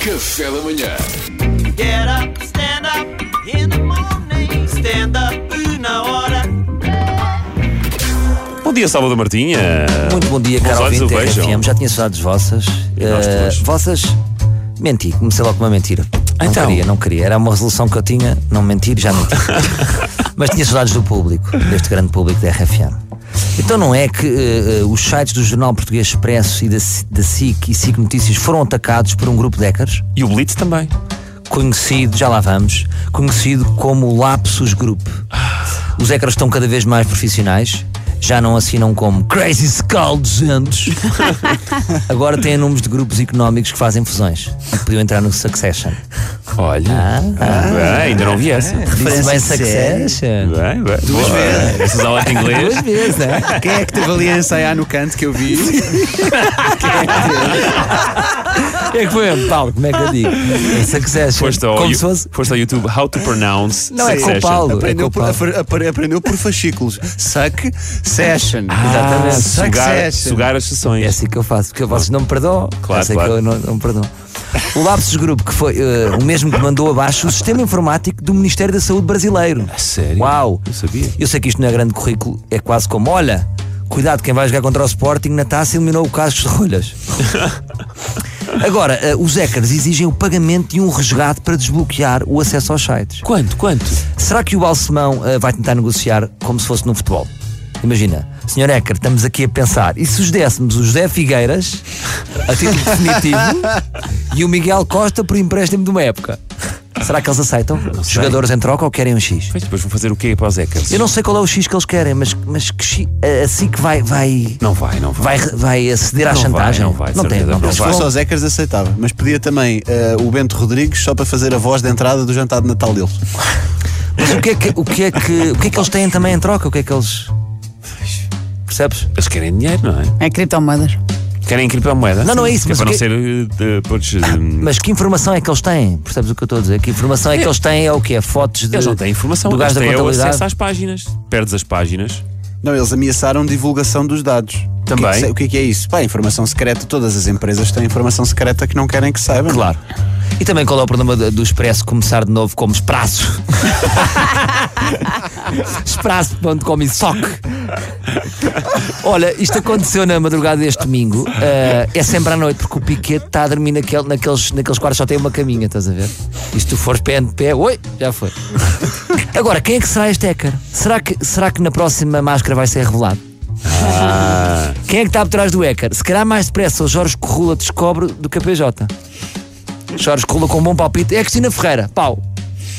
Café da manhã. Get up, stand up in the morning. Stand up na hora. Bom dia, Sábado Martinha. Muito bom dia, Ah, Bons caro olhos ouvinte o da vejam. RFM. Já tinha saudades vossas. nós Eh, todos. vossas. Menti, comecei logo com uma mentira. Não Então. queria, não queria. Era uma resolução que eu tinha, não mentir, já menti. Mas tinha saudades do público, deste grande público da RFM. Então não é que eh, eh, os sites do Jornal Português Expresso e da, Si- da SIC e SIC Notícias foram atacados por um grupo de hackers? E o Blitz também. conhecido, já lá vamos, conhecido como Lapsus Group. Os hackers estão cada vez mais profissionais, já não assinam como Crazy Skull 200. Agora têm números de grupos económicos que fazem fusões e que podiam entrar no Succession. É, Olha. Ah, ainda não vi essa. Disse bem Succession? Bem, bem. Duas vezes. Essas aulas de inglês. Duas vezes, né? Quem é que teve ali a ensaiar no canto que eu vi? É que foi mesmo, Paulo, como é que eu digo? Succession. Foste ao, Como you- se fosse. foste ao YouTube How to Pronounce Não, é com o Succession. Paulo. Aprendeu É por, culpado. apre- apre- aprendeu por fascículos. Suck session. Ah, Exatamente. sugar, Succession. sugar as É sessões. assim que eu faço, porque vocês não me perdoam. Claro, eu sei claro. que eu não, não me perdoam. O Lapsus Group, que foi eh, o mesmo que mandou abaixo o sistema informático do Ministério da Saúde brasileiro. sério? Uau! Eu sabia. Eu sei que isto não é grande currículo, é quase como: olha, cuidado, quem vai jogar contra o Sporting na taça eliminou o caso de rolhas. Agora, eh, os hackers exigem o pagamento de um resgate para desbloquear o acesso aos sites. Quanto? Quanto? Será que o Balsemão eh, vai tentar negociar como se fosse no futebol? Imagina, Sr. Ecker, estamos aqui a pensar, e se os dessemos o José Figueiras, a título definitivo, e o Miguel Costa por empréstimo de uma época? Será que eles aceitam? sei. Jogadores em troca ou querem um X? Pois depois vão fazer o quê para os hackers? Eu não sei qual é o X que eles querem, mas, mas que X, eh, assim que vai, vai, Não vai, não vai. vai, vai aceder à Não vai, chantagem? não vai, de não tem, certeza não que tem. não Se fosse aos Eckers aceitava, mas pedia também eh, o Bento Rodrigues só para fazer a voz de entrada do jantar de Natal deles. Mas o que, é que, o, que é que, o que é que eles têm também em troca? O que é que eles. Percebes? Eles querem dinheiro, não é? É criptomoedas. Querem criptomoeda. Não, não é isso, Que mas para o não que- ser. eh, de- podes, eh, Mas que informação é que eles têm? Percebes o que eu estou a dizer? Que informação é que eles têm? É o quê? É fotos de. Eles não têm informação. do Eles gajo da têm é o contabilidade. acesso às páginas. Perdes as páginas. Não, eles ameaçaram divulgação dos dados. Também. O que é que, se- o que é, que é isso? Pá, informação secreta. Todas as empresas têm informação secreta que não querem que saibam. Claro. E também qual é o problema do do Expresso começar de novo como Expresso? Expresso.com e SOC. Olha, isto aconteceu na madrugada deste domingo. Ah, é sempre à noite, porque o Piquete está a dormir naquele- naqueles, naqueles quartos, só tem uma caminha, estás a ver? E se tu fores pé de pé, oi, já foi. Agora, quem é que será este hacker? Será que, será que na próxima máscara vai ser revelado? Quem é que está por trás do hacker? Se calhar mais depressa o Jorge Corrula descobre do que a PJ. Jorge Corrula com um bom palpite. É a Cristina Ferreira. Pau.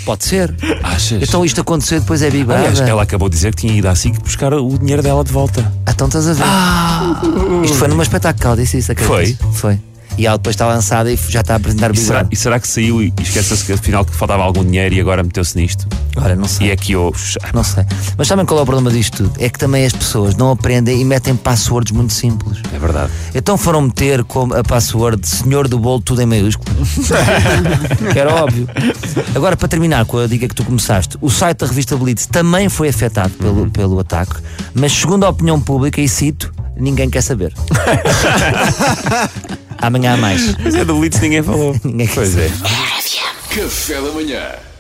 Pode ser. Achas? Então isto aconteceu depois é Big Aliás, Brother. ela acabou de dizer que tinha ido à SIC buscar o dinheiro dela de volta. Ah, Então estás a ver. Ah! Isto foi numa espetáculo que ela disse isso, acredito. Foi? Foi. E ela depois está lançada e já está a apresentar o E Big será, e Brother. será que saiu e esqueceu-se que afinal que faltava algum dinheiro e agora meteu-se nisto? Olha, não E sei. é que eu. Não sei. Mas sabem qual é o problema disto tudo? É que também as pessoas não aprendem e metem passwords muito simples. É verdade. Então foram meter como a password Senhor do Bolo tudo em maiúsculo. que era óbvio. Agora, para terminar com a dica que tu começaste, o site da revista Blitz também foi afetado pelo, pelo ataque, mas segundo a opinião pública, e cito, ninguém quer saber. Amanhã há mais. Mas é do Blitz ninguém falou. Ninguém quer pois é. Café da manhã.